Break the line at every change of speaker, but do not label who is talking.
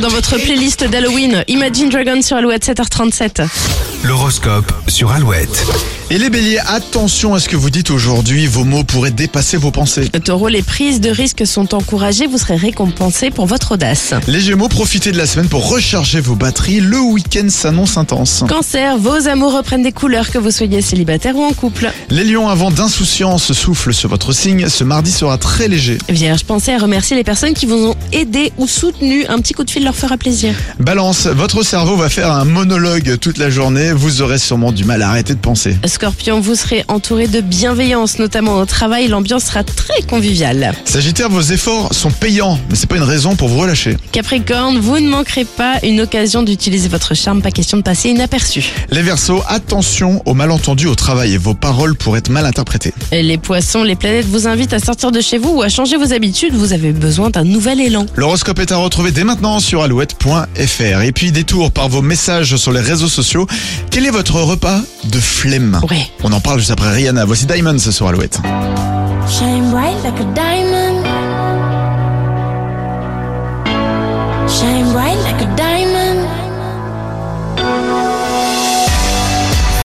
dans votre playlist d'Halloween. Imagine Dragon sur Alouette 7h37.
L'horoscope sur Alouette.
Et les béliers, attention à ce que vous dites aujourd'hui, vos mots pourraient dépasser vos pensées.
Taureau, les prises de risques sont encouragées, vous serez récompensé pour votre audace.
Les gémeaux, profitez de la semaine pour recharger vos batteries, le week-end s'annonce intense.
Cancer, vos amours reprennent des couleurs que vous soyez célibataire ou en couple.
Les lions, avant d'insouciance souffle sur votre signe, ce mardi sera très léger.
Vierge, pensez à remercier les personnes qui vous ont aidé ou soutenu. Un petit coup de fil leur fera plaisir.
Balance, votre cerveau va faire un monologue toute la journée, vous aurez sûrement du mal à arrêter de penser.
Scorpion, vous serez entouré de bienveillance, notamment au travail. L'ambiance sera très conviviale.
Sagittaire, vos efforts sont payants, mais c'est pas une raison pour vous relâcher.
Capricorne, vous ne manquerez pas une occasion d'utiliser votre charme. Pas question de passer inaperçu.
Les versos, attention aux malentendus au travail, vos paroles pourraient être mal interprétées.
Et Les poissons, les planètes vous invitent à sortir de chez vous ou à changer vos habitudes. Vous avez besoin d'un nouvel élan.
L'horoscope est à retrouver dès maintenant sur alouette.fr. Et puis détour par vos messages sur les réseaux sociaux. Quel est votre repas de flemme
Ouais.
On en parle juste après Rihanna. Voici Diamond ce soir, Alouette.
Shine bright like a diamond.